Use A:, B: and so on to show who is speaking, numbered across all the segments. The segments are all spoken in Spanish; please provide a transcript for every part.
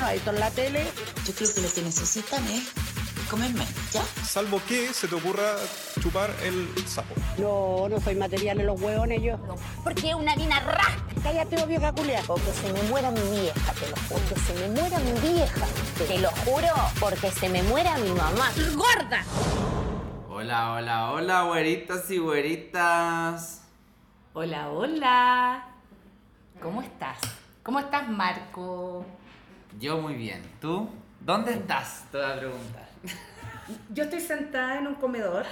A: no hay en la tele.
B: Yo creo que lo que necesitan es comerme, ¿ya?
C: Salvo que se te ocurra chupar el sapo.
A: No, no soy material en los hueones yo. No,
D: porque es una harina rasca.
A: Cállate, obvio, caculia.
E: O que se me muera mi vieja, te lo juro. Que se me muera mi vieja.
D: Te lo juro, porque se me muera mi mamá. ¡Gorda!
F: Hola, hola, hola, güeritas y güeritas.
G: Hola, hola. ¿Cómo estás? ¿Cómo estás, Marco?
F: Yo muy bien. ¿Tú? ¿Dónde estás? Te voy a preguntar.
G: Yo estoy sentada en un comedor.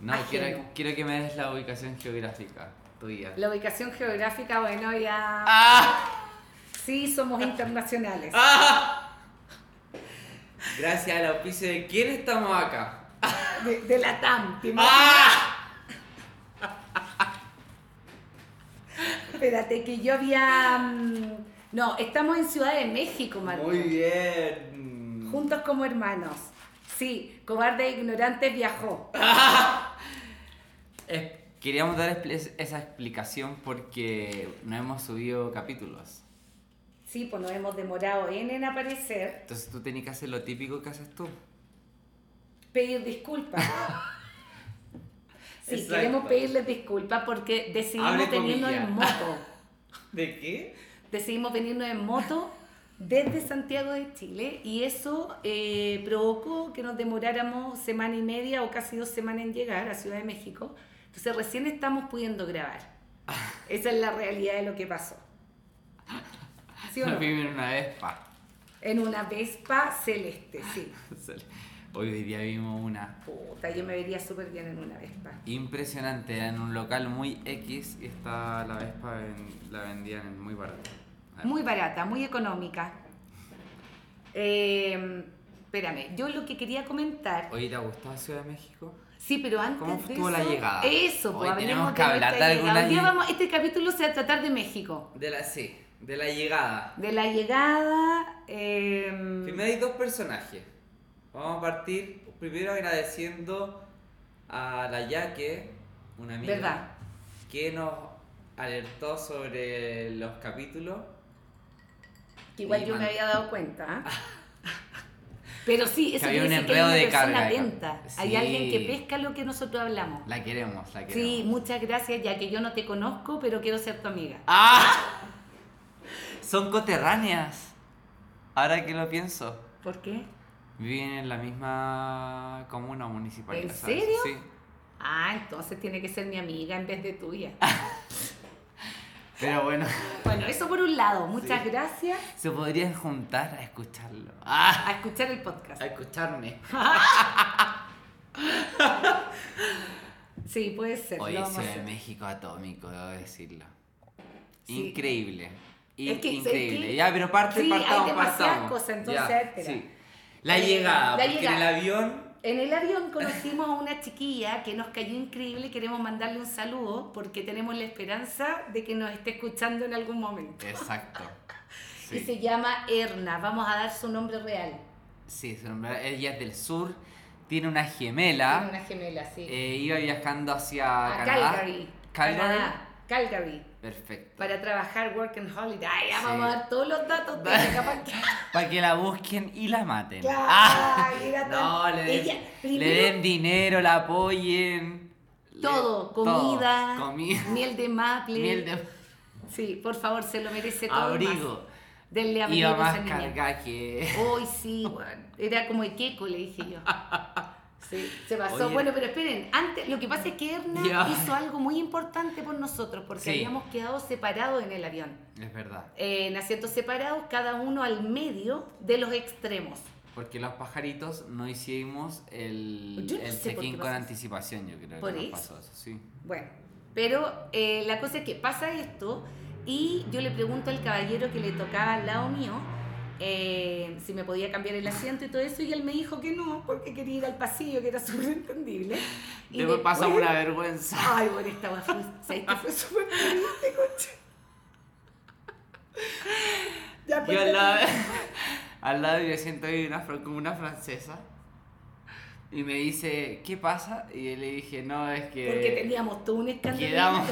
F: No, quiero, quiero que me des la ubicación geográfica tuya.
G: La ubicación geográfica, bueno, ya.
F: ¡Ah!
G: Sí, somos internacionales.
F: ¡Ah! Gracias al auspicio de quién estamos acá.
G: De, de la TAM. ¿te imaginas?
F: ¡Ah!
G: Espérate, que yo había. mm, No, estamos en Ciudad de México, Marco.
F: Muy bien.
G: Juntos como hermanos. Sí, cobarde e ignorante viajó.
F: Es- queríamos dar expli- esa explicación porque no hemos subido capítulos.
G: Sí, pues nos hemos demorado en, en aparecer.
F: Entonces tú tenías que hacer lo típico que haces tú.
G: Pedir disculpas. Sí,
F: Exacto.
G: queremos pedirles disculpas porque decidimos
F: Abre
G: venirnos en
F: comillas.
G: moto.
F: ¿De qué?
G: decidimos venirnos en moto desde Santiago de Chile y eso eh, provocó que nos demoráramos semana y media o casi dos semanas en llegar a Ciudad de México. Entonces recién estamos pudiendo grabar. Esa es la realidad de lo que pasó. ¿Sí o no?
F: Nos vimos en una vespa.
G: En una Vespa celeste, sí.
F: Hoy día vimos una
G: Puta, yo me vería súper bien en una Vespa.
F: impresionante. Era en un local muy X y estaba la vespa, en- la vendían en muy barato.
G: Muy barata, muy económica. Eh, espérame, yo lo que quería comentar
F: Oye, ¿te ha gustado Ciudad de México?
G: Sí, pero antes
F: ¿Cómo
G: de
F: estuvo la
G: eso-
F: llegada?
G: Eso, pues,
F: Hoy
G: hablemos
F: tenemos
G: de
F: que hablar
G: nuestra
F: de alguna
G: llegada. Hoy día
F: lleg-
G: vamos, este capítulo se va a tratar de México,
F: De la sí, de la llegada.
G: de la llegada. em,
F: Primero hay dos personajes. Vamos a partir primero agradeciendo a la Yaque, una amiga,
G: ¿Verdad?
F: que nos alertó sobre los capítulos.
G: que igual yo
F: Lima.
G: me había dado cuenta. ¿ah? pero sí, eso
F: Que había
G: quiere
F: un
G: decir que
F: enredo
G: hay
F: de
G: una persona
F: carga,
G: atenta.
F: digamos.
G: Hay
F: Sí.
G: alguien que pesca lo que nosotros hablamos.
F: La queremos, la queremos.
G: Sí, muchas gracias, ya que yo no te conozco, pero quiero ser tu amiga.
F: ¡Ah! Son coterráneas. Ahora que lo pienso.
G: ¿Por qué?
F: Viven en la misma comuna o municipalidad.
G: ¿En
F: ¿sabes?
G: serio?
F: Sí.
G: Ah, entonces tiene que ser mi amiga en vez de tuya.
F: Pero bueno,
G: bueno, eso por un lado. Muchas
F: Sí.
G: gracias
F: se podrían juntar a escucharlo. ¡Ah!
G: a escuchar el podcast.
F: A escucharme.
G: Sí, puede ser. lo
F: Oye,
G: vamos a
F: Ciudad de
G: hacer.
F: México atómico, debo decirlo.
G: Sí.
F: Increíble. In-
G: Es que, ¿sabes
F: increíble.
G: qué?
F: Ya, pero parte,
G: Sí, hay
F: partamos,
G: demasiadas
F: partamos.
G: cosas, entonces,
F: Ya,
G: espera.
F: sí. La
G: Eh,
F: llegada,
G: la
F: porque
G: llegada.
F: en el avión.
G: En el avión conocimos a una chiquilla que nos cayó increíble. Queremos mandarle un saludo porque tenemos la esperanza de que nos esté escuchando en algún momento.
F: Exacto.
G: Y se llama Erna. Vamos a dar su nombre real.
F: Sí, su nombre- ella es del sur, tiene una gemela.
G: Tiene una gemela, sí.
F: eh, iba viajando hacia
G: a
F: Canadá.
G: Calgary.
F: Calgary.
G: Canadá. Calgary.
F: Perfecto.
G: Para trabajar Work and Holiday. Ay, ya
F: Sí.
G: Vamos a dar todos los datos. de capaz que-
F: Para que la busquen y la maten.
G: Claro,
F: Ah,
G: era
F: no,
G: tan-
F: le den,
G: Ella,
F: le
G: primero-
F: den dinero, la apoyen. le-
G: Todo.
F: todo.
G: Comida.
F: Comida.
G: Miel de maple.
F: Miel de
G: Sí, por favor, se lo merece todo. y más.
F: abrigo.
G: Denle abrigo
F: Iba
G: a
F: más
G: esa niña.
F: cargada que.
G: Hoy sí, weón. Era como Equeco, le dije yo. Sí, se pasó.
F: Oye.
G: Bueno, pero esperen, antes, lo que pasa es que Erna
F: Ya.
G: hizo algo muy importante por nosotros, porque
F: Sí.
G: habíamos quedado separados en el avión.
F: Es verdad.
G: Eh, En asientos separados, cada uno al medio de los extremos.
F: Porque los pajaritos no hicimos el,
G: Yo no
F: el
G: sé por qué
F: check-in con
G: pasa eso.
F: anticipación, yo creo
G: Por
F: que nos
G: eso.
F: pasó eso, sí.
G: Bueno, pero eh, la cosa es que pasa esto y yo le pregunto al caballero que le tocaba al lado mío eh, si me podía cambiar el asiento y todo eso y él me dijo que no porque quería ir al pasillo que era súper entendible. Y
F: Después pasa
G: después-
F: una vergüenza.
G: Ay, bueno, esta weá fue, ¿sabes qué? fue súper triste, coche. Ya,
F: Yo
G: pues,
F: al lado, al lado yo siento ahí una, fran- como una francesa y me dice, ¿qué pasa? Y yo le dije, no, es que
G: Porque teníamos todo un escándalo.
F: quedamos,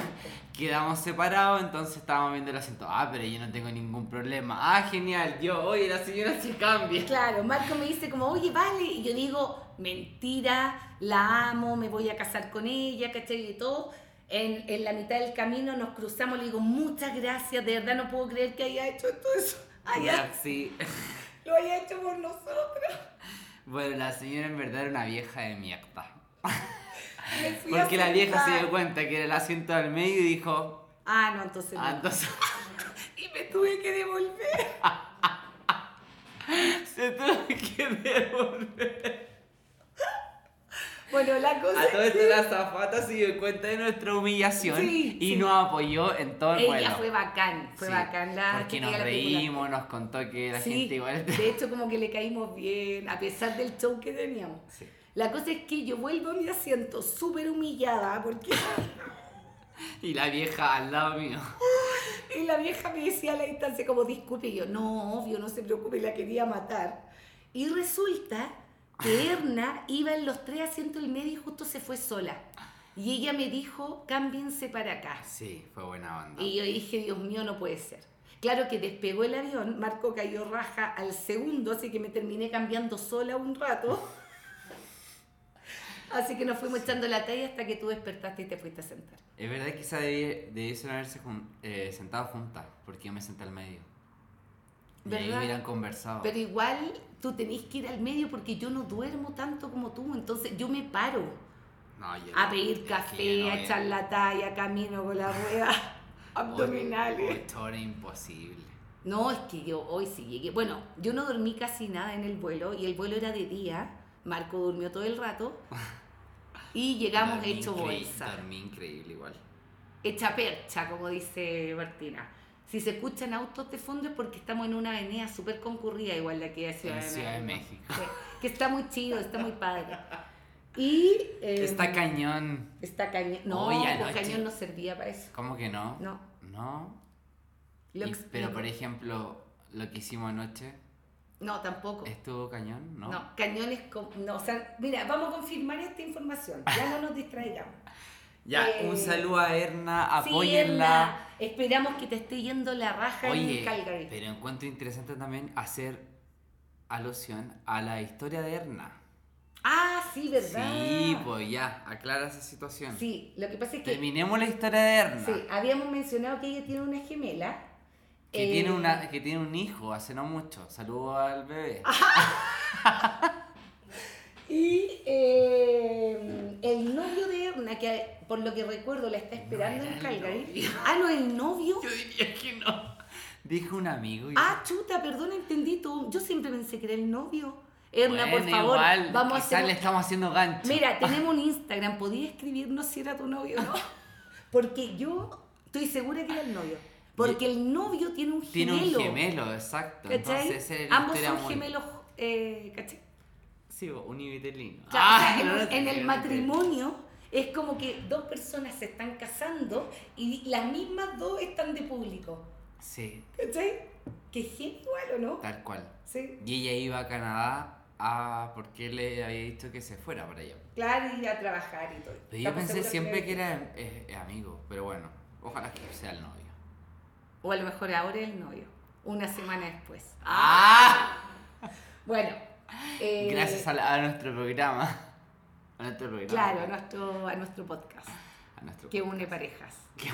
F: Quedamos separados, entonces estábamos viendo el asiento. Ah, pero yo no tengo ningún problema. Ah, genial. Yo, oye, la señora se cambia.
G: Claro, Marco me dice como, oye, vale, y yo digo, mentira, la amo, me voy a casar con ella, ¿cachai? Y todo. En, en la mitad del camino nos cruzamos, le digo, muchas gracias, de verdad no puedo creer que haya hecho todo eso, haya-
F: Sí.
G: lo haya hecho por nosotros.
F: Bueno, la señora en verdad era una vieja de mierda.
G: Me fui a
F: Porque la vieja se
G: sentar.
F: dio cuenta que era el asiento al medio y dijo,
G: Ah, no, entonces
F: ah,
G: no.
F: entonces
G: Y me tuve que devolver.
F: se tuvo que devolver.
G: Bueno, la cosa
F: A Ah, todo
G: es
F: esto
G: que
F: la azafata se dio cuenta de nuestra humillación
G: Sí,
F: y
G: sí.
F: nos apoyó en todo el
G: ella
F: vuelo.
G: fue bacán, fue
F: Sí,
G: bacán la
F: Porque
G: que
F: nos
G: llega la película.
F: reímos, nos contó que la
G: Sí,
F: gente igual...
G: De hecho, como que le caímos bien, a pesar del show que teníamos.
F: Sí.
G: La cosa es que yo vuelvo a mi asiento súper humillada porque
F: Y la vieja al lado mío.
G: y la vieja me decía a la distancia como disculpe y yo, no, obvio, no se preocupe, la quería matar. Y resulta que Erna iba en los tres asientos del medio y justo se fue sola. Y ella me dijo, cámbiense para acá.
F: Sí, fue buena onda.
G: Y yo dije, Dios mío, no puede ser. Claro que despegó el avión, Marco cayó raja al segundo, así que me terminé cambiando sola un rato. Así que nos fuimos echando la talla hasta que tú despertaste y te fuiste a sentar.
F: Es verdad que quizá debí- debiesen haberse jun- eh, sentado juntas, porque yo me senté al medio. Y ahí
G: ¿Verdad?
F: hubieran conversado.
G: Pero igual tú tenés que ir al medio porque yo no duermo tanto como tú, entonces yo me paro
F: No, yo
G: a
F: no- es
G: pedir
F: que
G: café,
F: yo no
G: a
F: veo-
G: echar la talla, camino con la rueda abdominales.
F: Ocho- ocho horas imposible.
G: No, es que yo hoy sí llegué. Bueno, yo no dormí casi nada en el vuelo y el vuelo era de día. Marco durmió todo el rato y llegamos
F: Dormí
G: hecho
F: increí-
G: bolsa.
F: Dormí increíble igual.
G: Hecha percha, como dice Martina. Si se escuchan autos de fondo es porque estamos en una avenida súper concurrida, igual la que es Ciudad,
F: En
G: de,
F: Ciudad de
G: México. Sí, que está muy chido, está muy padre. Y. eh,
F: Está cañón.
G: Está cañón. No,
F: Hoy
G: pues
F: anoche-
G: cañón no servía para eso.
F: ¿Cómo que no?
G: No.
F: No.
G: Lo
F: Y- pero
G: explico.
F: por ejemplo, lo que hicimos anoche,
G: No, tampoco.
F: ¿estuvo cañón? No.
G: No, cañones con... No, o sea, mira, vamos a confirmar esta información. Ya no nos distraigamos.
F: Ya,
G: Eh,
F: un saludo a Erna,
G: Sí,
F: apóyenla.
G: Erna, esperamos que te esté yendo la raja en
F: Oye,
G: Calgary.
F: pero encuentro interesante también hacer alusión a la historia de Erna.
G: Ah, sí, ¿verdad?
F: Sí, pues ya, aclara esa situación.
G: Sí, lo que pasa es que...
F: Terminemos la historia de Erna,
G: Sí, habíamos mencionado que ella tiene una gemela.
F: que,
G: eh,
F: tiene una, que tiene un hijo hace no mucho. Saludo al bebé.
G: Y eh, el novio de Erna, que por lo que recuerdo la está esperando
F: era
G: en
F: el
G: Calgary.
F: novio.
G: Ah, no, el novio.
F: Yo diría que no. Dijo un amigo. y-
G: Ah, chuta, perdón, entendí tú. Yo siempre pensé que era el novio. Erna, por
F: Bueno,
G: favor,
F: igual,
G: vamos a
F: quizá
G: hacer
F: le
G: un-
F: estamos haciendo gancho.
G: Mira, tenemos un Instagram, podías escribirnos si era tu novio o no. Porque yo estoy segura que era el novio. Porque el novio tiene un
F: tiene
G: gemelo.
F: un gemelo, exacto.
G: ¿cachai?
F: Entonces, esa era la
G: Ambos
F: historia
G: son
F: muy-
G: gemelos, eh, ¿cachai?
F: Sí, univitelino.
G: O sea,
F: Ah,
G: o sea, en, en el matrimonio es como que dos personas se están casando y las mismas dos están de público.
F: Sí,
G: ¿Cachai? Que es igual o no.
F: tal cual.
G: Sí.
F: Y ella iba a Canadá a, porque él le había dicho que se fuera para allá.
G: Claro, ir a trabajar y todo.
F: Pero yo
G: Estamos
F: pensé
G: seguros
F: siempre que era eh, eh, amigo, pero bueno, ojalá que sea el novio.
G: O a lo mejor ahora el novio. Una semana después.
F: ¡Ah!
G: Bueno. eh,
F: Gracias a, la- a nuestro programa. A nuestro programa.
G: Claro, a nuestro, a nuestro podcast,
F: A nuestro-
G: que une parejas.
F: Que-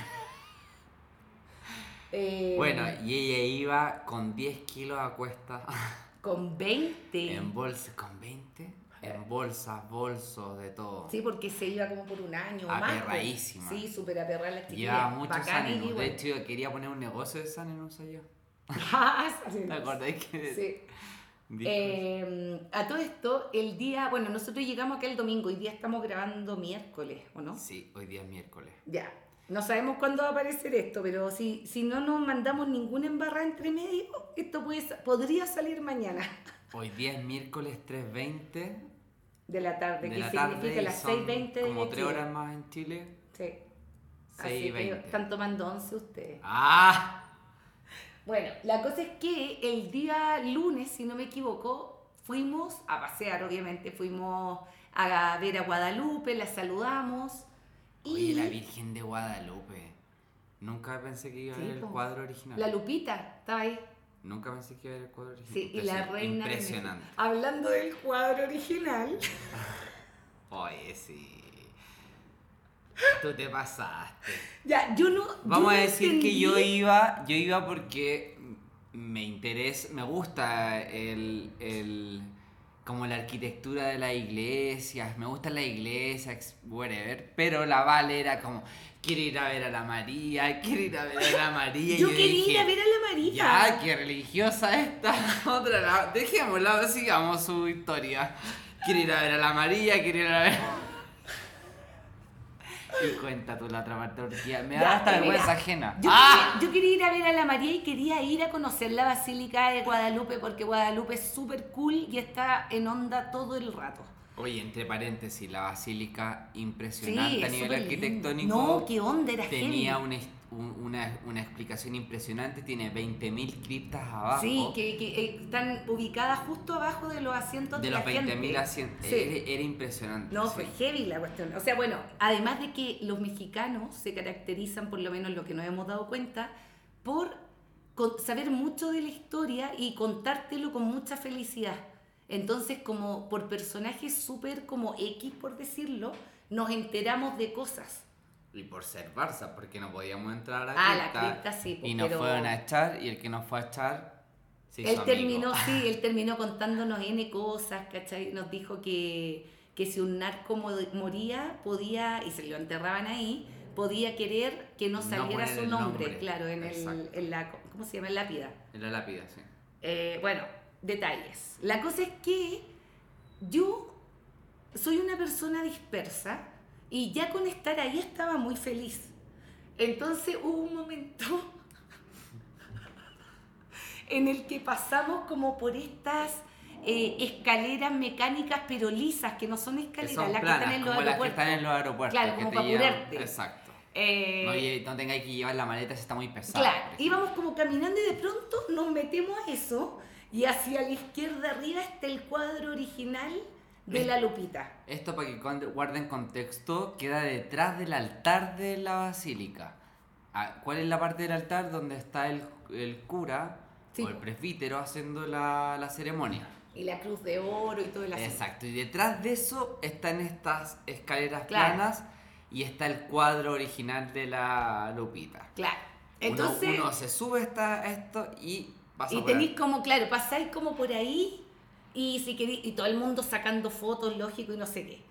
G: Eh,
F: Bueno, y ella iba con 10 kilos a cuesta
G: Con 20.
F: en bolsa, con 20, en bolsas, bolsos, de todo.
G: Sí, porque se iba como por un año o más. pues.
F: Aperradísima.
G: Sí, súper aperrada la chiquilla.
F: Llevaba muchos
G: Bacana y
F: ánimos. De
G: igual.
F: hecho, yo quería poner un negocio de Sanenus allá.
G: Ah, sí.
F: ¿Te acordás que
G: Sí.
F: dijo
G: Eh, a todo esto, el día, bueno, nosotros llegamos acá el domingo, y día estamos grabando miércoles, ¿o no?
F: eso? Sí, hoy día es miércoles.
G: Ya. No sabemos cuándo va a aparecer esto, pero si, si no nos mandamos ninguna embarrada entre medio, esto puede, sa- podría salir mañana
F: Hoy día es miércoles 3.20
G: de la tarde,
F: de
G: que
F: la
G: significa
F: tarde. y
G: las
F: son
G: 6.20 de
F: como 3
G: Chile.
F: horas más en Chile.
G: Sí. Así que
F: 6.20.
G: están tomando once ustedes.
F: ¡Ah!
G: Bueno, la cosa es que el día lunes, si no me equivoco, fuimos a pasear, obviamente, fuimos a ver a Guadalupe, la saludamos.
F: Oye,
G: y
F: la Virgen de Guadalupe. Nunca pensé que iba a
G: Sí,
F: ver el
G: po.
F: cuadro original.
G: La Lupita estaba ahí.
F: Nunca pensé que iba a ver el cuadro original.
G: Sí, y la
F: Impresi-
G: reina. de México.
F: Impresionante.
G: Hablando del cuadro original.
F: Oye, sí. Tú te pasaste.
G: Ya, yo no. yo
F: Vamos a
G: no
F: decir que
G: entendí-
F: yo iba, yo iba porque me interesa, me gusta el, el- como la arquitectura de las iglesias, me gusta la iglesia, ex- whatever, pero la Vale era como, quiero ir a ver a la María, quiero ir a ver a la María. y
G: Yo quería ir
F: dije,
G: a ver a la María.
F: Ya, qué religiosa esta otra, la- dejémosla, sigamos su historia. Quiero ir a ver a la María, quiero ir a ver... Y cuenta tú la otra parte, porque me da
G: Ya,
F: hasta
G: mira,
F: vergüenza ajena.
G: Yo,
F: ¡Ah!
G: quería, yo quería ir a ver a la María y quería ir a conocer la Basílica de Guadalupe porque Guadalupe es súper cool y está en onda todo el rato.
F: Oye, entre paréntesis, la basílica
G: Sí,
F: impresionante a nivel
G: es súper
F: arquitectónico.
G: lindo. No, qué onda, era
F: Tenía
G: heavy.
F: una, es- un- una, una explicación impresionante, tiene 20.000 criptas abajo.
G: Sí, que, que, eh, están ubicadas justo abajo de los asientos de,
F: de los
G: la gente.
F: 20.000 asientos.
G: Sí.
F: Era, era impresionante.
G: No,
F: sí.
G: fue heavy la cuestión. O sea, bueno, además de que los mexicanos se caracterizan, por lo menos lo que nos hemos dado cuenta, por con- saber mucho de la historia y contártelo con mucha felicidad. Entonces, como por personajes súper como X, por decirlo, nos enteramos de cosas.
F: Y por ser Barça, porque no podíamos entrar a la
G: Ah, la
F: cripta.
G: cripta sí, pues,
F: Y nos
G: pero-
F: fueron a echar, y el que nos fue a echar. se hizo
G: él
F: amigo. Ah,
G: terminó, sí, él terminó contándonos N cosas, ¿cachai? Nos dijo que, que si un narco mo- moría, podía, y se lo enterraban ahí, podía querer que no
F: No
G: saliera
F: poner
G: su
F: el
G: nombre,
F: nombre,
G: claro, en, el,
F: exacto.
G: en la, ¿cómo se llama? En la lápida.
F: En la lápida, sí.
G: Eh, bueno, detalles. La cosa es que yo soy una persona dispersa y ya con estar ahí estaba muy feliz. Entonces hubo un momento en el que pasamos como por estas eh, escaleras mecánicas pero lisas, que no son
F: Que
G: escaleras,
F: son
G: las
F: planas,
G: que están en los
F: como las que
G: aeropuertos.
F: están en los aeropuertos.
G: Claro,
F: que
G: como
F: te
G: para
F: llevan-
G: apurarte.
F: Exacto.
G: Eh,
F: No, y no tengáis que llevar la maleta, si está muy pesada.
G: Claro,
F: por ejemplo.
G: íbamos como caminando y de pronto nos metemos a eso y hacia la izquierda arriba está el cuadro original de la Lupita.
F: Esto para que con- guarden contexto, queda detrás del altar de la basílica. Ah, ¿Cuál es la parte del altar donde está el, el cura
G: Sí.
F: o el presbítero haciendo la, la ceremonia?
G: Y la cruz de oro y todo el asunto.
F: Exacto, y detrás de eso están estas escaleras
G: Claro.
F: planas y está el cuadro original de la Lupita.
G: Claro.
F: Uno-
G: Entonces,
F: uno, se sube esta, esto y pasa
G: y
F: por
G: tenéis
F: ahí.
G: como, claro, pasáis como por ahí y si queréis, y todo el mundo sacando fotos, lógico, y no sé qué.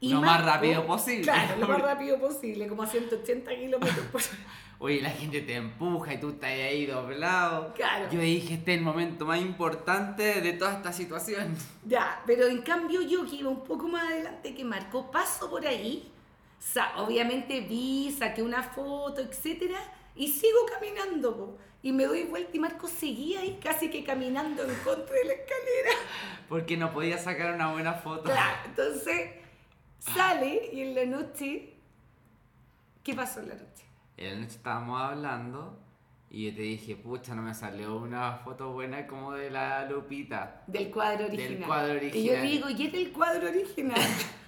G: Y
F: Lo más
G: Marco-
F: rápido posible.
G: Claro, lo más rápido posible, como a 180 kilómetros por hora.
F: Oye, la gente te empuja y tú estás ahí doblado.
G: Claro.
F: Yo dije, este es el momento más importante de toda esta situación.
G: Ya, pero en cambio yo que iba un poco más adelante que Marco, paso por ahí, sa- obviamente vi, saqué una foto, etcétera, y sigo caminando, po. y me doy vuelta y Marco seguía ahí casi que caminando en contra de la escalera.
F: Porque no podía sacar una buena foto.
G: Claro, entonces sale y en la noche, ¿qué pasó en la noche?
F: En la noche estábamos hablando y yo te dije, pucha, no me salió una foto buena como de la Lupita.
G: Del cuadro
F: Del
G: original.
F: cuadro
G: Y yo
F: original.
G: digo, ¿y era el cuadro original?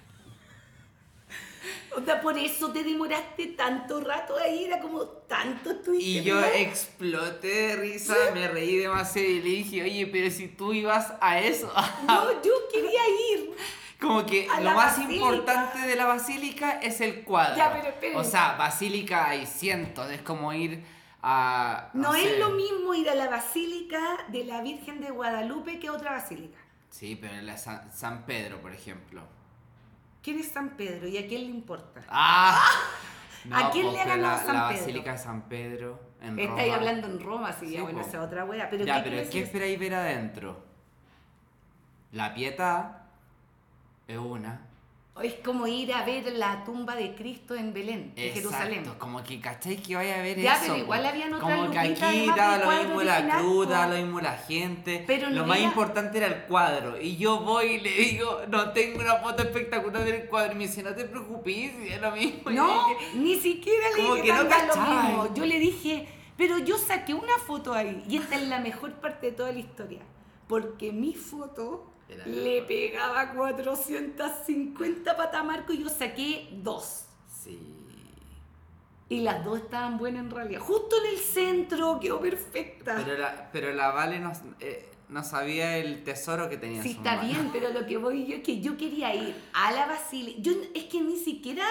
G: o sea, por eso te demoraste tanto rato ahí, era como tanto tu
F: Y yo eh, exploté de risa, me reí demasiado y le dije, oye, pero si tú ibas a eso. ah.
G: No, yo quería ir.
F: Como que
G: A
F: lo
G: la
F: más
G: basílica.
F: importante de la basílica es el cuadro.
G: Ya, pero espérense.
F: o sea, basílica hay cientos, es como ir a...
G: No es
F: sé.
G: lo mismo ir a la Basílica de la Virgen de Guadalupe que a otra basílica.
F: Sí, pero en la San, San Pedro, por ejemplo.
G: ¿Quién es San Pedro y a quién le importa?
F: ¡Ah!
G: ¿A quién le ha
F: pero
G: ganado
F: la,
G: San
F: la
G: Pedro?
F: basílica de San Pedro en Roma.
G: Estáis hablando en Roma, así
F: Sí,
G: ya, bueno,
F: po.
G: esa otra wea. Pero
F: ya,
G: ¿qué
F: pero este
G: quieres
F: ¿qué
G: decir?
F: esperáis ver adentro? La Pietà es una.
G: Es como ir a ver la tumba de Cristo en Belén, en
F: Exacto,
G: Jerusalén.
F: Como que, ¿cachai? Que vaya a ver
G: Ya,
F: eso.
G: pero
F: po.
G: igual habían otras
F: Como que
G: lupitas
F: aquí
G: además
F: daba
G: del
F: lo
G: cuadro
F: mismo la
G: original,
F: cruz,
G: po.
F: daba lo mismo la gente.
G: Pero
F: lo
G: no
F: más
G: era-
F: importante era el cuadro. Y yo voy y le digo, no tengo una foto espectacular del cuadro. Y me dice, no te preocupes, si es lo mismo. Y
G: No,
F: yo Pues dije,
G: ni siquiera le
F: Como
G: dije
F: que no
G: "Tanda, lo
F: cachaba".
G: mismo. Yo le dije, pero yo saqué una foto ahí y esta es la mejor parte de toda la historia. Porque mi foto
F: Era la
G: le
F: mejor.
G: pegaba 450 patas a Marco y yo saqué dos.
F: Sí.
G: Y las dos estaban buenas en realidad. Justo en el centro, quedó perfecta.
F: Pero la, pero la Vale no, eh, no sabía el tesoro que tenía en
G: Sí,
F: su
G: está
F: mano.
G: bien, pero lo que voy yo es que yo quería ir a la Basile. Yo n- es que ni siquiera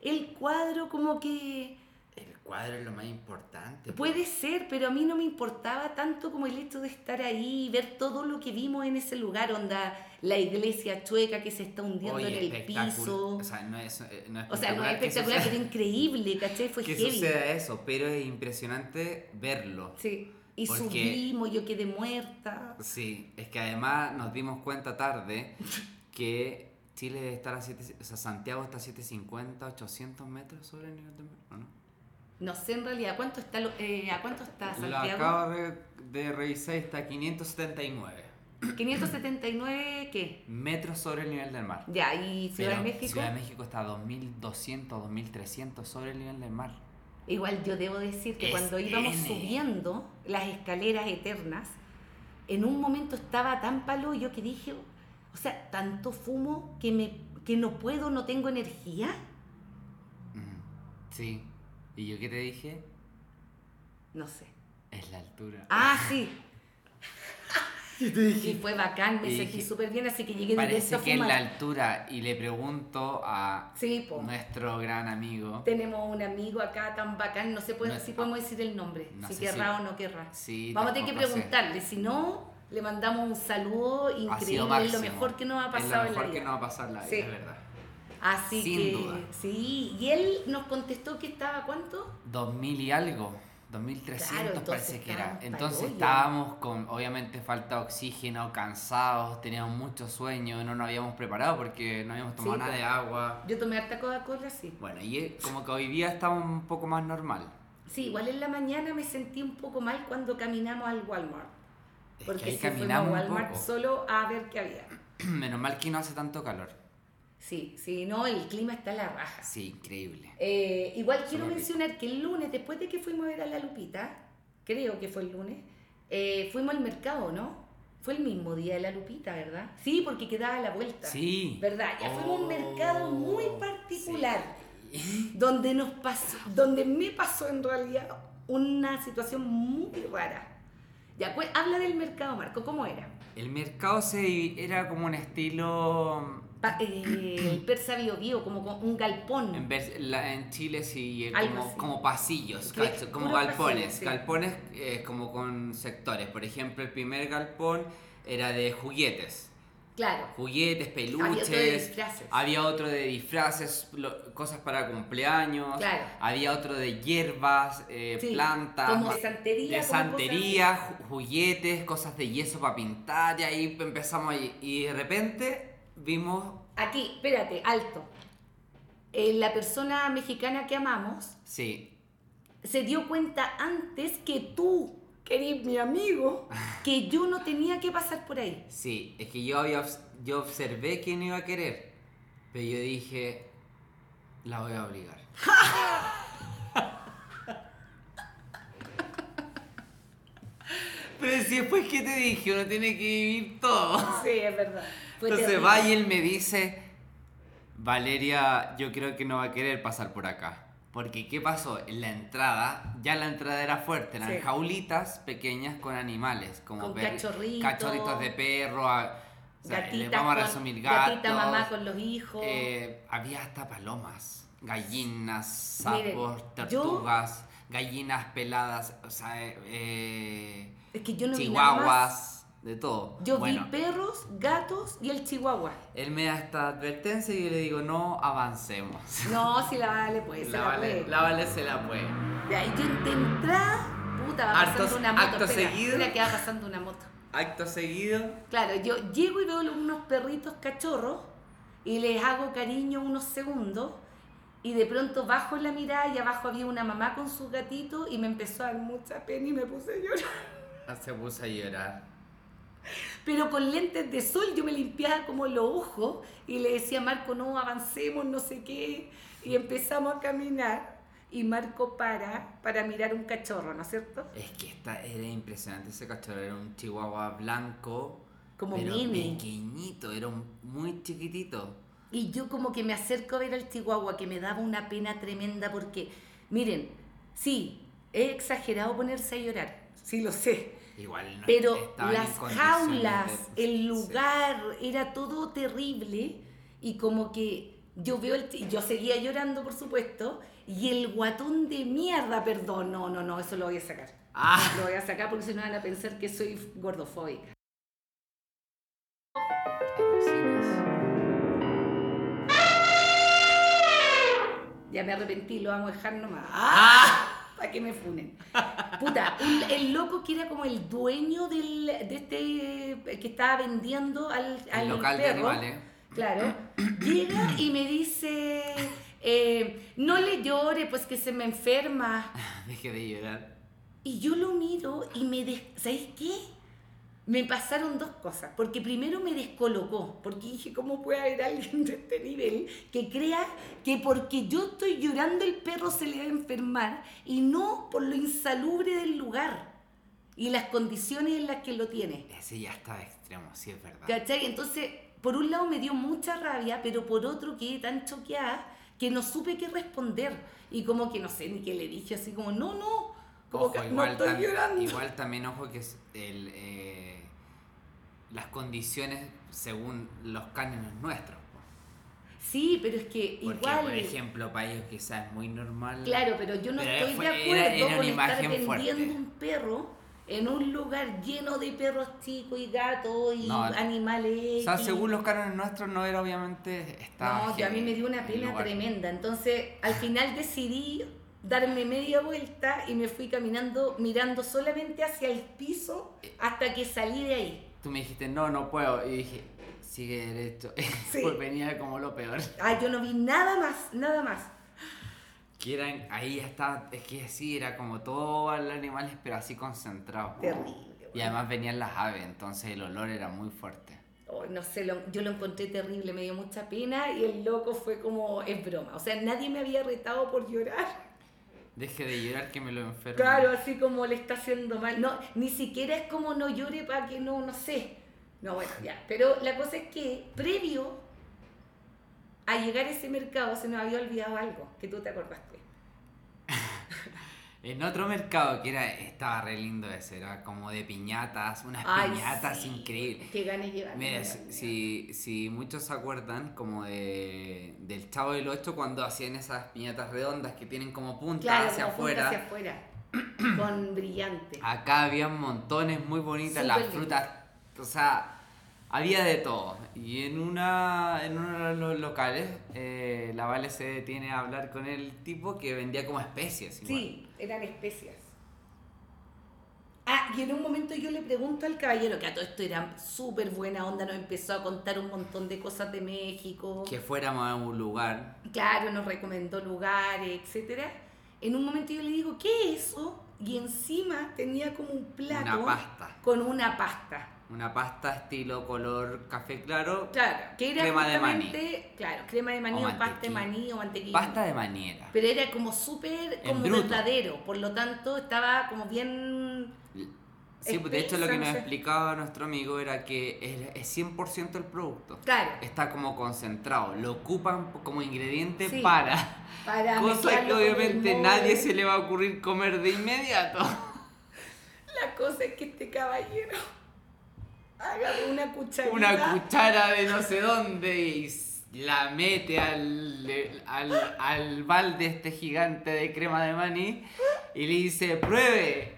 G: el cuadro como que
F: El cuadro es lo más importante.
G: puede ser, pero a mí no me importaba tanto como el hecho de estar ahí y ver todo lo que vimos en ese lugar, onda la iglesia chueca que se está hundiendo
F: Oye,
G: en el
F: espectacular.
G: piso.
F: O sea, no es, eh, no es
G: O sea, no es espectacular,
F: que
G: pero
F: suceda-
G: increíble, ¿cachai? Fue
F: que
G: Pues heavy.
F: suceda eso, pero es impresionante verlo.
G: Sí. Y
F: Porque-
G: subimos, yo quedé muerta.
F: Sí, es que además nos dimos cuenta tarde que Chile debe estar a 7, o sea, Santiago está a 750, 800 metros sobre el nivel del mar, ¿o ¿no?
G: No sé en realidad cuánto está lo- eh, a cuánto está
F: Lo
G: Santiago.
F: acabo de, de revisar y está a 579
G: 579 qué?
F: metros sobre el nivel del mar.
G: Ya, y Ciudad
F: Pero
G: de México.
F: Ciudad de México está a 2200, 2300 sobre el nivel del mar.
G: Igual yo debo decir que
F: Es
G: cuando íbamos
F: N.
G: subiendo las escaleras eternas, en un momento estaba tan palo yo que dije, o sea, tanto fumo que me que no puedo, no tengo energía.
F: Mm, Sí. ¿Y yo qué te dije?
G: No sé.
F: Es la altura.
G: Ah, sí. Y fue bacán, me
F: Y
G: sentí
F: dije,
G: súper bien, así que llegué directo
F: Parece
G: a
F: que es la
G: fumar.
F: altura. Y le pregunto a
G: Sí, po.
F: nuestro gran amigo.
G: Tenemos un amigo acá tan bacán, no sé puede-
F: No es- ah,
G: si podemos decir el nombre,
F: no
G: si
F: sé
G: querrá
F: si-
G: o no querrá.
F: Sí,
G: Vamos a tener que
F: tampoco sé.
G: preguntarle, si no, le mandamos un saludo
F: Ha sido
G: increíble, es lo
F: máximo.
G: mejor que nos
F: Es
G: ha
F: lo
G: pasado en la
F: mejor que
G: vida.
F: nos va a pasar en la vida,
G: Sí.
F: es verdad.
G: Así
F: Sin
G: que,
F: duda.
G: sí, y él nos contestó que estaba cuánto?
F: 2000 y algo, 2300
G: Claro,
F: parece
G: entonces
F: que era.
G: estábamos pa'l
F: Entonces
G: hoyo.
F: estábamos con, obviamente, falta de oxígeno, cansados, teníamos mucho sueño, no nos habíamos preparado porque no habíamos tomado
G: Sí,
F: nada
G: pues.
F: de agua.
G: Yo tomé harta Coca-Cola, sí.
F: Bueno, y es como que hoy día estamos un poco más normal.
G: Sí, igual en la mañana me sentí un poco mal cuando caminamos al Walmart.
F: Es
G: Porque
F: que ahí
G: sí fuimos a
F: caminamos un
G: Walmart
F: poco.
G: solo a ver qué había.
F: Menos mal que no hace tanto calor.
G: Sí, sí, no, el clima está a la raja.
F: Sí, increíble.
G: Eh, igual quiero
F: rico.
G: mencionar que el lunes, después de que fuimos a ver a la Lupita, creo que fue el lunes, eh, fuimos al mercado, ¿no? Fue el mismo día de la Lupita, ¿verdad? Sí, porque quedaba a la vuelta.
F: Sí.
G: ¿Verdad? Ya fuimos a un mercado muy
F: Oh,
G: particular,
F: sí.
G: donde nos pasó, donde me pasó en realidad una situación muy rara. Ya, pues, habla del mercado, Marco, ¿cómo era?
F: El mercado se divi- era como un estilo
G: Pa- eh, el persa bio como con un galpón.
F: En, vers- la- en Chile sí, eh,
G: Algo
F: como,
G: así.
F: como pasillos,
G: Sí,
F: cacho, como
G: puros
F: galpones.
G: pasillos, sí.
F: Galpones eh, como con sectores. Por ejemplo, el primer galpón era de juguetes.
G: Claro.
F: Juguetes, peluches.
G: disfraces.
F: había otro de disfraces, lo- cosas para cumpleaños.
G: Claro.
F: Había otro de hierbas, eh,
G: Sí,
F: plantas.
G: como
F: ma-
G: de santería,
F: de
G: como cosas
F: santería, ju- juguetes, cosas de yeso para pintar. Y ahí empezamos. Y, y de repente vimos.
G: Aquí, espérate, alto. Eh, la persona mexicana que amamos
F: Sí,
G: se dio cuenta antes que tú, querido mi amigo, que yo no tenía que pasar por ahí.
F: Sí, es que yo, había, obs- yo observé quién iba a querer, pero yo dije, la voy a obligar. pero si después que te dije, uno tiene que vivir todo.
G: Sí, es verdad. Fue
F: Entonces
G: terrible.
F: va y él me dice, Valeria, yo creo que no va a querer pasar por acá. Porque ¿qué pasó? En la entrada, ya la entrada era fuerte, eran
G: Sí.
F: jaulitas pequeñas con animales, como
G: Con
F: perri-
G: cachorritos.
F: cachorritos de perro, a- o sea, les vamos a
G: con-
F: resumir gatos.
G: gatita mamá con los hijos.
F: eh, había hasta palomas, gallinas,
G: Miren,
F: sapos,
G: yo-
F: tortugas, gallinas peladas, o sea, eh, eh,
G: es que yo no vi nada más.
F: chihuahuas, de todo.
G: Yo
F: Bueno.
G: vi perros, gatos y el chihuahua.
F: Él me da esta advertencia y yo le digo, no avancemos.
G: No, si la vale, pues.
F: La vale, la vale se la puede.
G: De ahí yo de entrada, puta, va
F: Hartos-
G: pasando una moto.
F: acto
G: espera,
F: seguido.
G: espera que va pasando una moto.
F: Acto seguido.
G: Claro, yo llego y veo unos perritos cachorros y les hago cariño unos segundos y de pronto bajo la mirada y abajo había una mamá con su gatito y me empezó a dar mucha pena y me puse a llorar.
F: Se puso a llorar.
G: Pero con lentes de sol yo me limpiaba como los ojos y le decía a Marco, no, avancemos, no sé qué. Y empezamos a caminar y Marco para para mirar un cachorro, ¿no es cierto?
F: Es que esta era impresionante ese cachorro. Era un chihuahua blanco.
G: Como
F: pero
G: mini.
F: pequeñito, era un- muy chiquitito.
G: Y yo como que me acerco a ver al chihuahua que me daba una pena tremenda porque Miren, sí, he exagerado ponerse a llorar, sí lo sé,
F: Igual no
G: pero
F: estaban en
G: las
F: condiciones
G: jaulas,
F: de-
G: el
F: sí.
G: lugar, era todo terrible y como que yo veo el ti- yo seguía llorando por supuesto y el guatón de mierda, perdón, no, no, no, eso lo voy a sacar.
F: Ah.
G: Lo voy a sacar porque si no van a pensar que soy gordofóbica. Ya me arrepentí, lo vamos a dejar nomás. Para que me funen. Puta, un- el loco que era como el dueño del, de este eh, que estaba vendiendo al, al
F: local de
G: perro,
F: animales.
G: Claro. Llega y me dice, eh, no le llore, pues que se me enferma.
F: Deje de llorar.
G: Y yo lo miro y me... Des... ¿Sabéis qué? Me pasaron dos cosas. Porque primero me descolocó. Porque dije, ¿cómo puede haber alguien de este nivel que crea que porque yo estoy llorando el perro se le va a enfermar y no por lo insalubre del lugar y las condiciones en las que lo tiene?
F: Ese ya estaba extremo, sí es verdad.
G: ¿Cachai? Entonces, por un lado me dio mucha rabia, pero por otro quedé tan choqueada que no supe qué responder. Y como que no sé ni qué le dije, así como, no, no, como
F: Ojo,
G: que no
F: igual
G: estoy
F: tam-
G: llorando.
F: Igual también, ojo, que es el, eh, las condiciones según los cánones nuestros. po.
G: Sí, pero es que
F: Porque,
G: igual.
F: por ejemplo, para ellos quizás es muy normal.
G: claro, pero yo no
F: Pero
G: estoy
F: fue-
G: de acuerdo
F: era- era
G: con
F: una
G: estar
F: imagen
G: vendiendo
F: fuerte.
G: un perro en un lugar lleno de perros chicos y gatos y
F: No, O
G: animales.
F: sea,
G: y-
F: según los cánones nuestros, no era obviamente. Estaba
G: No, yo a mí
F: heavy
G: me dio una
F: el
G: pena
F: lugar.
G: tremenda. Entonces, al final decidí darme media vuelta y me fui caminando, mirando solamente hacia el piso hasta que salí de ahí.
F: Tú me dijiste, no, no puedo. Y dije, sigue derecho.
G: Sí.
F: Pues venía como lo peor.
G: Ah, yo no vi nada más, nada más.
F: Que eran, ahí ya estaba, es que sí, era como todos los animales, pero así concentrado.
G: Terrible.
F: Y además venían las aves, entonces el olor era muy fuerte.
G: Oh, no sé, lo- yo lo encontré terrible, me dio mucha pena y el loco fue como, es broma. O sea, nadie me había retado por llorar.
F: Deje de llorar que me lo enfermo.
G: Claro, así como le está haciendo mal. No, ni siquiera es como no llore para que no, no sé. No, bueno, ya. Pero la cosa es que previo a llegar a ese mercado se nos había olvidado algo, que tú te acordaste.
F: En otro mercado que era, estaba re lindo ese, era como de piñatas, unas
G: Ay,
F: piñatas
G: sí,
F: increíbles.
G: Que ganes llevar.
F: Mira, si, si- si muchos se acuerdan como de, del Chavo del Ocho cuando hacían esas piñatas redondas que tienen como punta
G: claro,
F: hacia
G: como punta
F: afuera. Ah,
G: Hacia afuera. Con brillante.
F: Acá había montones muy bonitas, las
G: Súper lindo.
F: frutas, o sea, había de todo. Y en una en uno de los locales, eh, la Vale se detiene a hablar con el tipo que vendía como especies. igual.
G: Sí, eran especias. Ah, y en un momento yo le pregunto al caballero, que a todo esto era súper buena onda, nos empezó a contar un montón de cosas de México.
F: Que fuéramos a un lugar.
G: Claro, nos recomendó lugares, etcétera. En un momento yo le digo, ¿qué es eso? Y encima tenía como un plato
F: Una pasta.
G: con una pasta.
F: Una pasta estilo color café claro.
G: Claro, que era
F: Crema de maní.
G: justamente- Claro, crema de maní
F: O
G: o, pasta de
F: mantequilla.
G: maní o mantequilla.
F: Pasta de maniera.
G: Pero era como súper,
F: En
G: como
F: bruto.
G: verdadero, por lo tanto estaba como bien
F: Sí, pues, de hecho lo
G: Espesa,
F: que
G: no
F: nos
G: sé.
F: explicaba nuestro amigo era que es- es 100% el producto.
G: Claro.
F: Está como concentrado, lo ocupan como ingrediente
G: Sí.
F: para...
G: Para
F: Cosa que
G: mezclarlo con
F: obviamente
G: el
F: nadie
G: mole.
F: se le va a ocurrir comer de inmediato.
G: La cosa es que este caballero agarró una cucharita.
F: Una cuchara de no sé dónde y s- la mete al, al, al balde este gigante de crema de maní y le dice, pruebe.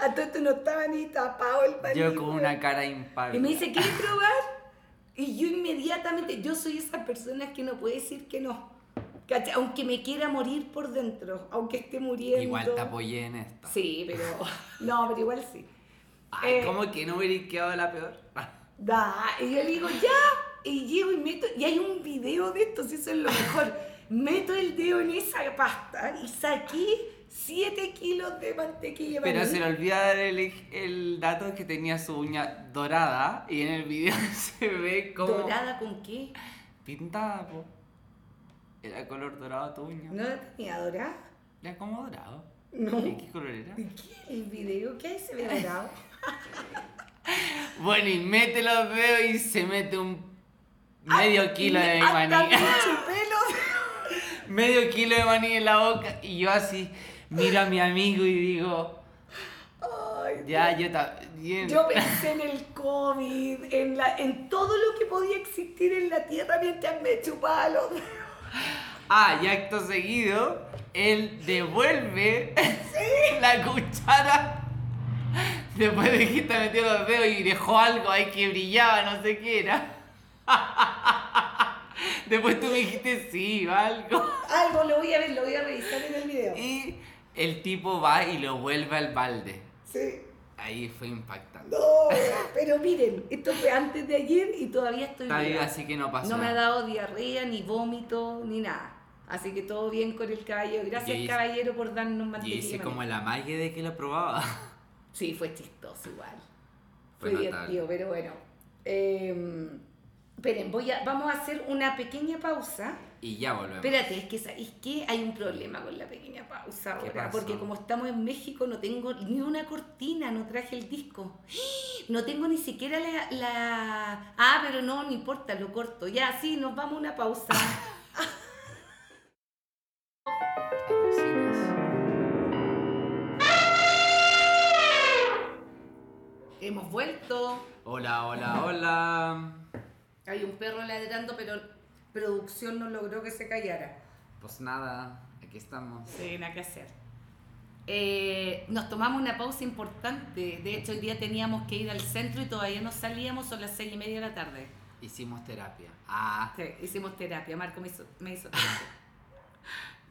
G: A todo esto no estaba ni tapado el maní.
F: Yo con
G: weón.
F: una cara impar.
G: Y me dice, ¿quieres probar? Y yo inmediatamente, yo soy esa persona que no puede decir que no. ¿Cachai? Aunque me quiera morir por dentro, aunque esté muriendo.
F: Igual te apoyé en esta.
G: Sí, pero. No, pero igual sí.
F: Ay,
G: Eh.
F: ¿Cómo que no hubiera quedado la peor? Ah,
G: Da, y yo le digo, ya, y llego y meto, y hay un video de esto, si eso es lo mejor. Meto el dedo en esa pasta y saqué 7 kilos de mantequilla para
F: Pero
G: mí.
F: se le olvida dar el, el dato que tenía su uña dorada y en el video se ve como...
G: ¿Dorada con qué?
F: Pintada, po. Era color dorado tu uña.
G: ¿No la tenía dorada?
F: Era como dorado.
G: No.
F: ¿Y qué color era?
G: ¿Y qué? ¿El video? ¿Qué hay se ve dorado?
F: Bueno, y mete los dedos y se mete un medio kilo
G: Y me-
F: de
G: hasta
F: maní.
G: me chupé los-
F: medio kilo de maní en la boca y yo así miro a mi amigo y digo, ya, yo también.
G: Yo pensé en el COVID, en, la, en todo lo que podía existir en la tierra mientras me chupaba los dedos.
F: Ah, y acto seguido, él devuelve la cuchara. Después de que está metiendo los dedos y dejó algo ahí que brillaba, no sé qué era. Después tú me dijiste sí, algo.
G: Algo lo voy a ver, lo voy a revisar en el video.
F: Y el tipo va y lo vuelve al balde.
G: Sí.
F: Ahí fue impactante.
G: No, pero miren, esto fue antes de ayer y todavía estoy
F: Está viva,
G: viva.
F: así que no pasó.
G: No me ha
F: nada.
G: dado diarrea, ni vómito, ni nada. Así que todo bien con el caballero. Gracias,
F: Yo hice-
G: caballero, por darnos
F: Y
G: mantequilla.
F: hice
G: de
F: como
G: maní.
F: el amague de que lo probaba.
G: Sí, fue chistoso igual.
F: Fue
G: Fue
F: notable.
G: divertido, pero bueno. Eh, esperen, voy a, vamos a hacer una pequeña pausa.
F: Y ya volvemos.
G: Espérate, es que, ¿sabes qué? Hay un problema con la pequeña pausa
F: ¿Qué
G: ahora,
F: pasó?
G: porque como estamos en México no tengo ni una cortina, no traje el disco. No tengo ni siquiera la... la- Ah, pero no, no importa, lo corto. Ya, sí, nos vamos a una pausa. Hemos vuelto.
F: Hola, hola, hola.
G: Hay un perro ladrando, pero producción no logró que se callara.
F: Pues nada, aquí estamos.
G: Sí, nada que hacer. Eh, nos tomamos una pausa importante. De hecho, hoy día teníamos que ir al centro y todavía no salíamos, son las seis y media de la tarde.
F: Hicimos terapia. Ah,
G: Sí, hicimos terapia. Marco me hizo, me hizo terapia.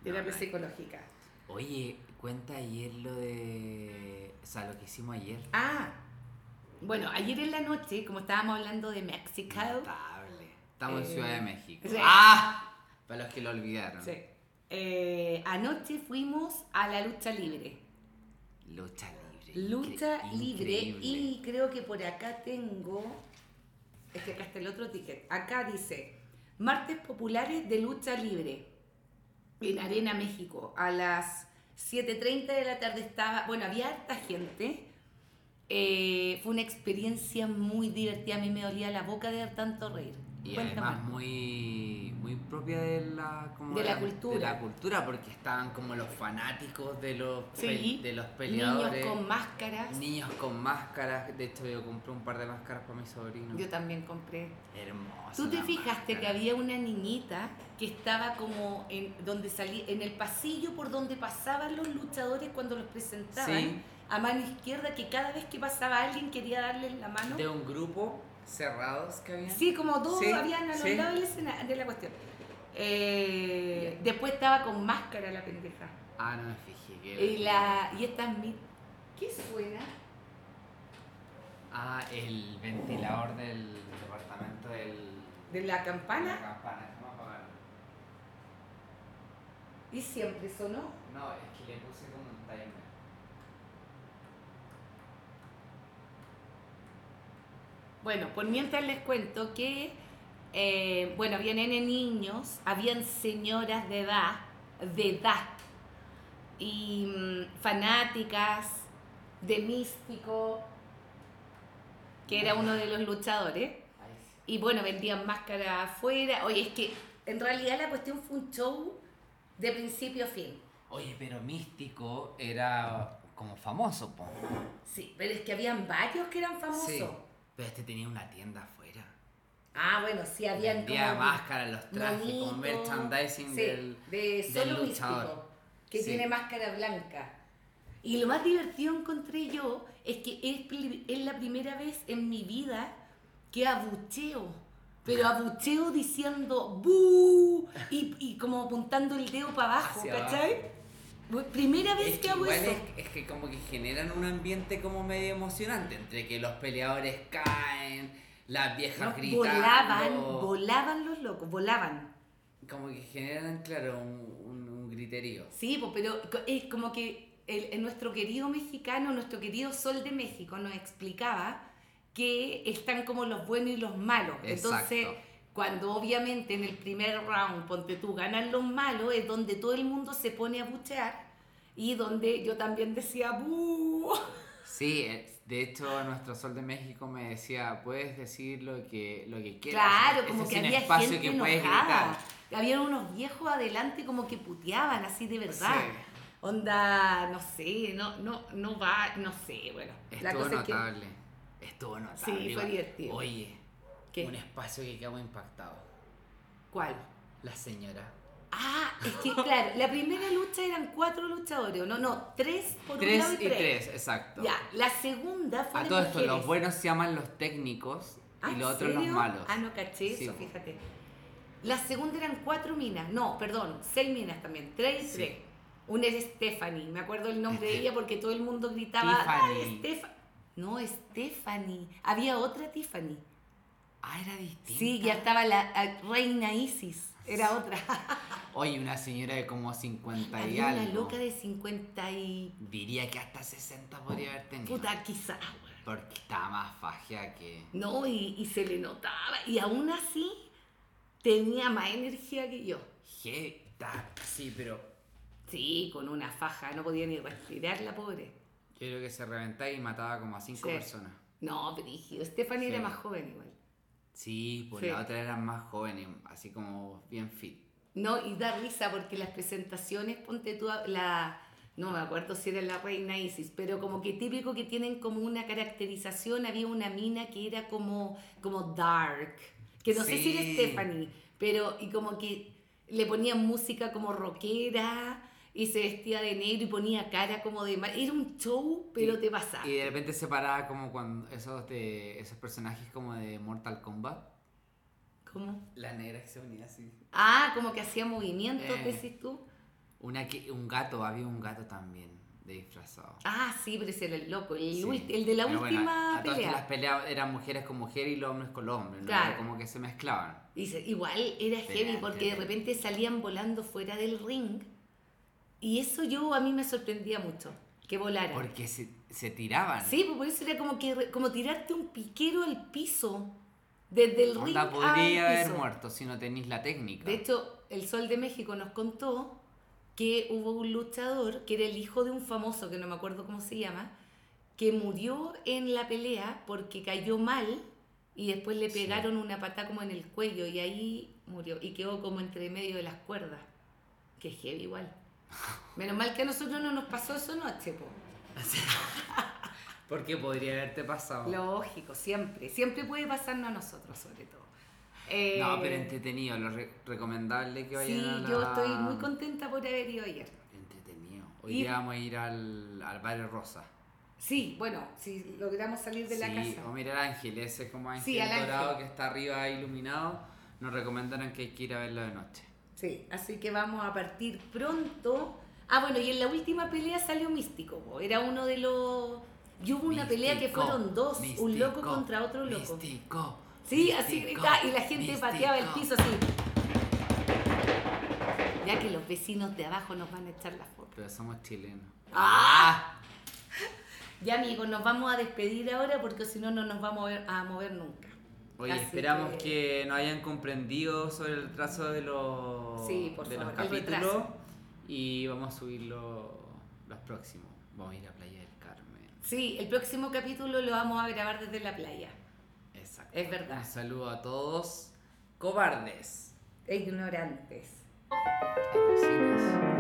G: terapia psicológica.
F: oye, cuenta ayer lo de. O sea, lo que hicimos ayer.
G: Ah, bueno, ayer en la noche, como estábamos hablando de México,
F: Notable. Estamos en
G: Eh,
F: Ciudad de México.
G: sí.
F: ¡Ah! Para los que lo olvidaron.
G: sí, eh, anoche fuimos a la lucha libre.
F: Lucha libre.
G: Lucha
F: Incre-
G: libre
F: increíble.
G: y creo que por acá tengo, es que acá está el otro ticket, acá dice, martes populares de lucha libre en Arena México, a las 7.30 de la tarde estaba, bueno, había harta gente, Eh, fue una experiencia muy divertida, a mí me dolía la boca de tanto reír.
F: Y
G: Cuéntame.
F: además muy, muy propia de la, como
G: De la
F: De
G: cultura.
F: la cultura, porque estaban como los fanáticos de los,
G: Sí.
F: pe- de los
G: Niños
F: peleadores.
G: con máscaras,
F: Niños con máscaras. De hecho, yo compré un par de máscaras para mi sobrino.
G: yo también compré
F: Hermoso.
G: ¿Tú te
F: la
G: fijaste que
F: máscara.
G: había una niñita que estaba como en donde salía, en el pasillo por donde pasaban los luchadores cuando los presentaban?
F: Sí.
G: A mano izquierda, que cada vez que pasaba alguien quería darle la mano.
F: De un grupo cerrados que había.
G: Sí, como dos
F: Sí,
G: habían a los
F: sí.
G: lados del escena- de la cuestión. Eh, después estaba con máscara la pendeja.
F: Ah, no me fijé. que
G: Y, la, y estas mi- ¿Qué suena?
F: Ah, el ventilador del departamento del...
G: ¿De la campana?
F: campana, ¿cómo apagaron?
G: Y siempre sonó.
F: No, es que le puse como un timer.
G: Bueno, por mientras les cuento que, eh, bueno, habían N niños, habían señoras de edad, de edad, y mm, fanáticas de Místico, que era uno de los luchadores,
F: Ahí sí.
G: y bueno, vendían máscara afuera. Oye, es que en realidad la cuestión fue un show de principio a fin.
F: Oye, pero Místico era como famoso, po.
G: Sí, pero es que habían varios que eran famosos.
F: Pero este tenía una tienda afuera.
G: Ah, bueno, sí, habían
F: Vendía
G: como-
F: máscaras, los trajes,
G: Monito.
F: como merchandising
G: Sí,
F: del...
G: de
F: del
G: solo
F: luchador.
G: místico, que
F: Sí.
G: tiene máscara blanca. Y lo más divertido encontré yo es que es, pli- es la primera vez en mi vida que abucheo. Pero abucheo diciendo bu y, y como apuntando el dedo para abajo,
F: Hacia
G: ¿cachai? Bu- Primera vez
F: Es
G: que
F: que,
G: hago
F: igual
G: eso.
F: es, es que como que generan un ambiente como medio emocionante, entre que los peleadores caen, las viejas
G: No,
F: gritando.
G: volaban, volaban los locos, volaban.
F: Como que generan, claro, un, un- un griterío.
G: Sí, po, pero co- es como que el, el nuestro querido mexicano, nuestro querido Sol de México nos explicaba que están como los buenos y los malos. Entonces,
F: Exacto.
G: cuando obviamente en el primer round, ponte tú, ganan los malos, es donde todo el mundo se pone a buchear y donde yo también decía, "Bu".
F: Sí, eh, de hecho nuestro Sol de México me decía, puedes decir lo que, lo que quieras.
G: Claro,
F: Ese
G: como
F: es
G: que
F: un
G: había
F: espacio
G: gente
F: que puedes
G: enojada.
F: gritar.
G: Había unos viejos adelante como que puteaban así de verdad.
F: Sí.
G: Onda, no sé, no, no, no va, no sé, bueno. la
F: Estuvo
G: cosa es que-
F: notable. Estuvo notable.
G: Sí, fue
F: Iba,
G: divertido.
F: Oye,
G: ¿Qué?
F: un espacio que quedamos impactados.
G: ¿Cuál?
F: La señora.
G: Ah, es que claro, la primera lucha eran cuatro luchadores, ¿o no, no, tres por un lado
F: Tres
G: y
F: y
G: tres.
F: tres, exacto.
G: Ya, la segunda fue
F: A
G: de
F: todo esto,
G: mujeres.
F: los buenos se llaman los técnicos
G: Ah,
F: y
G: ¿en
F: los otros los
G: serio?
F: malos.
G: Ah, no caché
F: Sí,
G: eso,
F: po.
G: fíjate. La segunda eran cuatro minas, no, perdón, seis minas también, tres
F: Sí.
G: y
F: Este-
G: tres. Una era Stephanie, me acuerdo el nombre de ella porque todo el mundo gritaba, "Ah,
F: Tiffany.
G: Stephanie. No, Stephanie. Había otra Tiffany.
F: Ah, era distinto.
G: Sí, ya estaba la eh, reina Isis, era otra.
F: Oye, una señora de como 50 y
G: Había una
F: algo.
G: loca de 50 y...
F: Diría que hasta 60 podría haber tenido.
G: Puta, quizá. güey.
F: Porque estaba más fajea que.
G: No, y, y se le notaba. Y aún así tenía más energía que yo.
F: Jeta. Sí, pero
G: Sí, con una faja, no podía ni respirar la pobre.
F: yo creo que se reventaba y mataba como a 5
G: Sí.
F: personas.
G: No, brígido. Stephanie
F: Sí.
G: era más joven igual.
F: Sí, pues
G: Sí.
F: la otra era más joven, y así como bien fit.
G: No, y da risa porque las presentaciones, ponte tú a- la. No me acuerdo si era la reina Isis, pero como que típico que tienen como una caracterización. Había una mina que era como, como dark, que no sé si era
F: Sí.
G: Stephanie, pero. Y como que le ponían música como rockera y se vestía de negro y ponía cara como de. ma- Era un show, pero
F: Y-
G: te pasaba.
F: Y de repente se paraba como cuando esos, de, esos personajes como de Mortal Kombat.
G: ¿Cómo?
F: La negra que se unía así.
G: Ah, como que hacía movimientos,
F: Eh.
G: decís tú.
F: Una que, un gato, había un gato también de disfrazado.
G: Ah, sí, pero ese era el loco, el,
F: Sí.
G: ulti- el de la
F: Pero bueno,
G: última
F: a todas
G: pelea.
F: estas las peleas eran mujeres con mujeres y los hombres con los hombres, ¿no?
G: Claro.
F: Era como que se mezclaban.
G: Y se- igual era heavy
F: Peleante,
G: porque de
F: peleante.
G: repente salían volando fuera del ring y eso yo a mí me sorprendía mucho, que volaran.
F: Porque se, se tiraban.
G: Sí, pues por eso era como que re- como tirarte un piquero al piso desde el ring
F: Onda
G: al
F: podría haber
G: piso.
F: muerto si no tenéis la técnica.
G: De hecho, el Sol de México nos contó que hubo un luchador que era el hijo de un famoso, que no me acuerdo cómo se llama, que murió en la pelea porque cayó mal y después le
F: Sí.
G: pegaron una pata como en el cuello y ahí murió y quedó como entre medio de las cuerdas. Que heavy igual. Menos mal que a nosotros no nos pasó eso noche, po.
F: Porque podría haberte pasado.
G: Lógico, siempre. Siempre puede pasarnos a nosotros, sobre todo. Eh,
F: No, pero entretenido, lo re- recomendable que vayan
G: Sí,
F: a la-
G: yo estoy muy contenta por haber ido ayer.
F: Entretenido. Hoy
G: Y-
F: día vamos a ir al, al barrio Rosa.
G: Sí, bueno, si logramos salir de la
F: sí,
G: casa.
F: o mirar al Ángel, ese es como Ángel
G: Sí, al
F: Dorado
G: Ángel.
F: que está arriba iluminado. Nos recomendaron que hay que ir a verlo de noche.
G: Sí, así que vamos a partir pronto. Ah, bueno, y en la última pelea salió Místico. po. Era uno de los... Y hubo una pelea que
F: Místico,
G: fueron dos, un loco
F: místico,
G: contra otro loco.
F: Místico.
G: Sí, así
F: místico,
G: gritaba y la gente
F: místico.
G: pateaba el piso así. Ya que los vecinos de abajo nos van a echar la foto.
F: Pero somos chilenos.
G: ¡Ah! Ya, amigos, nos vamos a despedir ahora porque si no, no nos vamos a mover, a mover nunca.
F: Oye,
G: Así
F: esperamos que... nos hayan comprendido sobre el trazo de los,
G: Sí, por
F: de los
G: favor, el
F: capítulos
G: retraso.
F: y vamos a subirlo los próximos. Vamos a ir a Playa del Carmen.
G: Sí, el próximo capítulo lo vamos a grabar desde la playa.
F: Exacto.
G: Es verdad.
F: Un saludo a todos. Cobardes.
G: E ignorantes.
F: Asesinos.